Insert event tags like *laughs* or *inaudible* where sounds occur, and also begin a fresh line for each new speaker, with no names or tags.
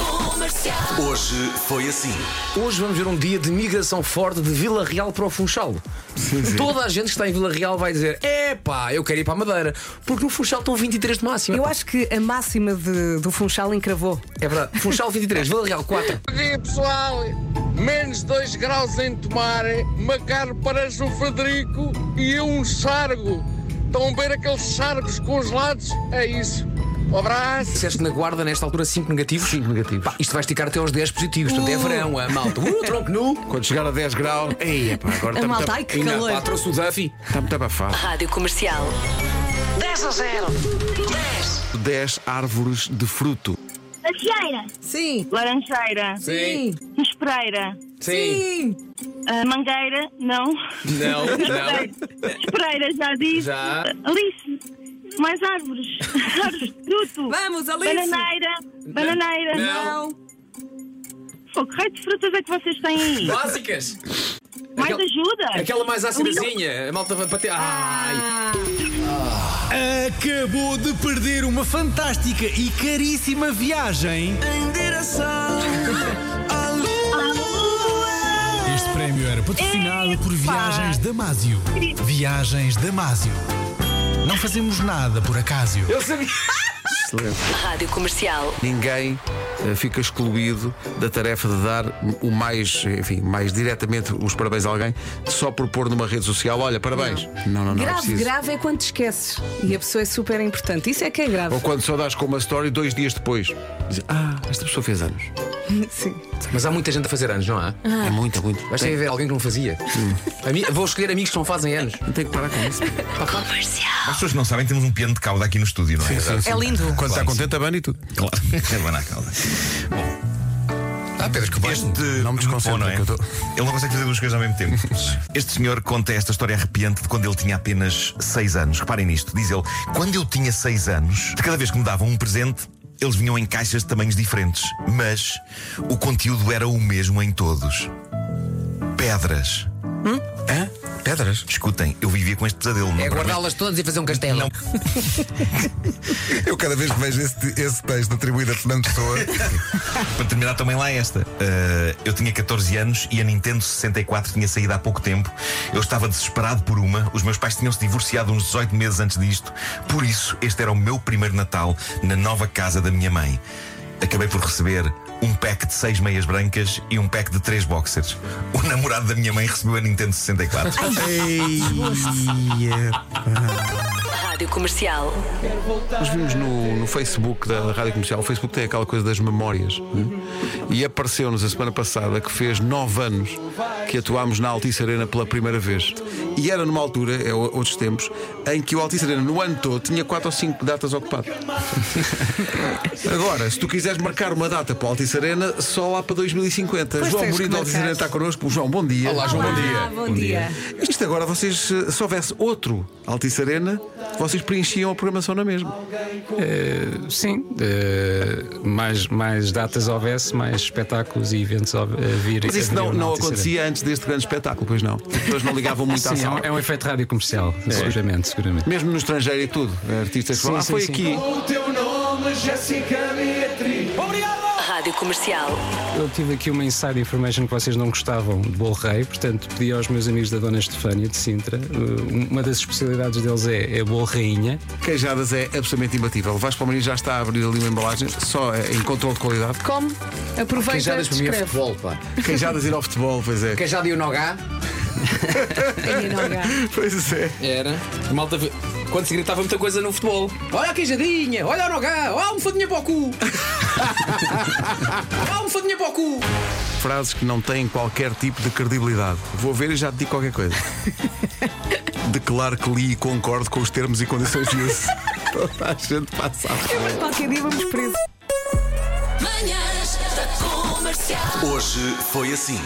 Comercial.
Hoje foi assim.
Hoje vamos ver um dia de migração forte de Vila Real para o Funchal. Toda a gente que está em Vila Real vai dizer: epá, eu quero ir para a Madeira, porque no Funchal estão 23 de máximo.
Eu acho que a máxima de- do Funchal encravou.
É verdade. Funchal 23, Vila Real
*laughs*
4.
Bom dia pessoal, menos 2 graus em Tomar, Macar parece um Frederico e eu um sargo. Estão a ver aqueles sargos congelados? É isso. Um abraço.
Disseste na guarda, nesta altura, 5 negativos. 5 negativos. Pá, isto vai esticar até aos 10 positivos. Portanto, é verão, a malta. Uh, tronco nu.
Quando chegar a 10 graus, ei, epá, agora
A
está muito,
malta, ai que
Ainda,
calor.
pá, trouxe o Duffy.
está muito abafado.
Rádio Comercial. 10 a 0. 10.
10 árvores de fruto.
Macieira,
Sim.
Laranjeira,
Sim.
Espereira,
Sim.
ah, Mangueira, não.
*laughs*
Não, não.
Espereira, já disse.
Já.
Ah, Alice, mais árvores. *laughs* árvores de fruto.
Vamos, Alice.
Bananeira, bananeira.
Não.
Pô, que raio de frutas é que vocês têm aí?
Básicas.
mais
aquela-
ajuda?
Aquela mais ácidazinha. A malta vai bater. Ai.
Ah.
Acabou de perder uma fantástica e caríssima viagem em direção à Lua. Este prémio era patrocinado por Viagens Damásio. Viagens Damásio. Não fazemos nada por acaso.
Rádio Comercial.
Ninguém eh, fica excluído da tarefa de dar o mais, enfim, mais diretamente os parabéns a alguém, só por pôr numa rede social, olha, parabéns. Não, não, não, é
grave,
preciso.
grave é quando te esqueces. E a pessoa é super importante. Isso é que é grave.
Ou quando só dás com uma story dois dias depois. Dizer, ah, esta pessoa fez anos.
*laughs* Sim.
Mas há muita gente a fazer anos, não há?
É muito, muito.
Mas tem
Tem-
a ver alguém que não fazia. Ami- Vou escolher amigos que não fazem anos.
tem que parar com *laughs* isso.
As pessoas que não sabem, temos um piano de cauda aqui no estúdio, não é?
É lindo.
Quando está contente, abana e tudo.
Claro. *laughs* É bom na cauda.
Ah, Pedro, que
Este.
Não me desconcentra,
Bom, não é?
que eu tô-
Ele não consegue fazer duas coisas ao mesmo tempo. *laughs* Este senhor conta esta história arrepiante de quando ele tinha apenas seis anos. Reparem nisto. Diz ele: quando eu tinha seis anos, de cada vez que me davam um presente. Eles vinham em caixas de tamanhos diferentes, mas o conteúdo era o mesmo em todos. Pedras.
Hã? Pedras?
Escutem, eu vivia com este pesadelo. não
Hum? É
provavelmente-
guardá-las todas e fazer um castelo.
Não.
Eu cada vez que vejo esse, esse texto atribuído a Fernando Pessoa,
Para terminar também lá é esta. Uh, eu tinha 14 anos e a Nintendo 64 tinha saído há pouco tempo. Eu estava desesperado por uma. Os meus pais tinham se divorciado uns 18 meses antes disto. Por isso, este era o meu primeiro Natal na nova casa da minha mãe. Acabei por receber um pack de seis meias brancas e um pack de três boxers. O namorado da minha mãe recebeu a Nintendo 64.
Rádio Comercial.
Nós vimos no, no Facebook da Rádio Comercial, o Facebook tem aquela coisa das memórias. né? E apareceu-nos a semana passada que fez nove anos que atuámos na Altice Arena pela primeira vez. E era numa altura, é o- outros tempos, em que o Altice Arena no ano todo tinha quatro ou cinco datas ocupadas. *laughs* Agora, se tu quiseres marcar uma data para o Altice Arena, só lá para 2050.
Pois
João
tens que
Murilo do Altice
marcar.
Arena está connosco. João, bom dia.
Olá, João, bom
Ah,
dia.
bom, dia.
Isto agora, vocês, eh, se houvesse outro Altice Arena, vocês preenchiam a programação na mesma.
Sim, eh, mais, mais datas houvesse, mais espetáculos e eventos houve- eh, vir.
Mas isso
haver
não,
na
não
Altice
acontecia antes deste grande espetáculo, pois não. As pessoas não ligavam muito à
Arena. Sim, é um,
sala.
é um efeito rádio comercial,
É.
seguramente, seguramente.
Mesmo no estrangeiro e tudo. Artistas que falam, ah,
sim,
foi
sim.
aqui.
Rádio Comercial.
Eu tive aqui uma inside information que vocês não gostavam de bolo rei, portanto pedi aos meus amigos da Dona Estefânia de Sintra. eh, uma das especialidades deles é, é bolo rainha.
Queijadas é absolutamente imbatível. O Vasco Palmeirinho já está a abrir ali uma embalagem, só eh, em controle de
*laughs*
qualidade.
Come, aproveita,
Queijadas para mim é
então descreve.
futebol, pá.
Queijadas ir ao futebol, pois é.
Queijada e o Nogá
Ai, não, gato. *laughs*
Pois é.
era. A malta. ve- Quando se gritava muita coisa no futebol. Olha a queijadinha, olha o Nogá, olha a almofadinha para o *laughs* cu. Olha a almofadinha para o cu.
Frases que não têm qualquer tipo de credibilidade. Vou ver e já te digo qualquer
*laughs*
coisa. Declaro que li e concordo com os termos e condições de uso. *laughs* Toda a gente passa a
Qualquer dia vamos preso.
Manhãs da Comercial.
Hoje foi assim.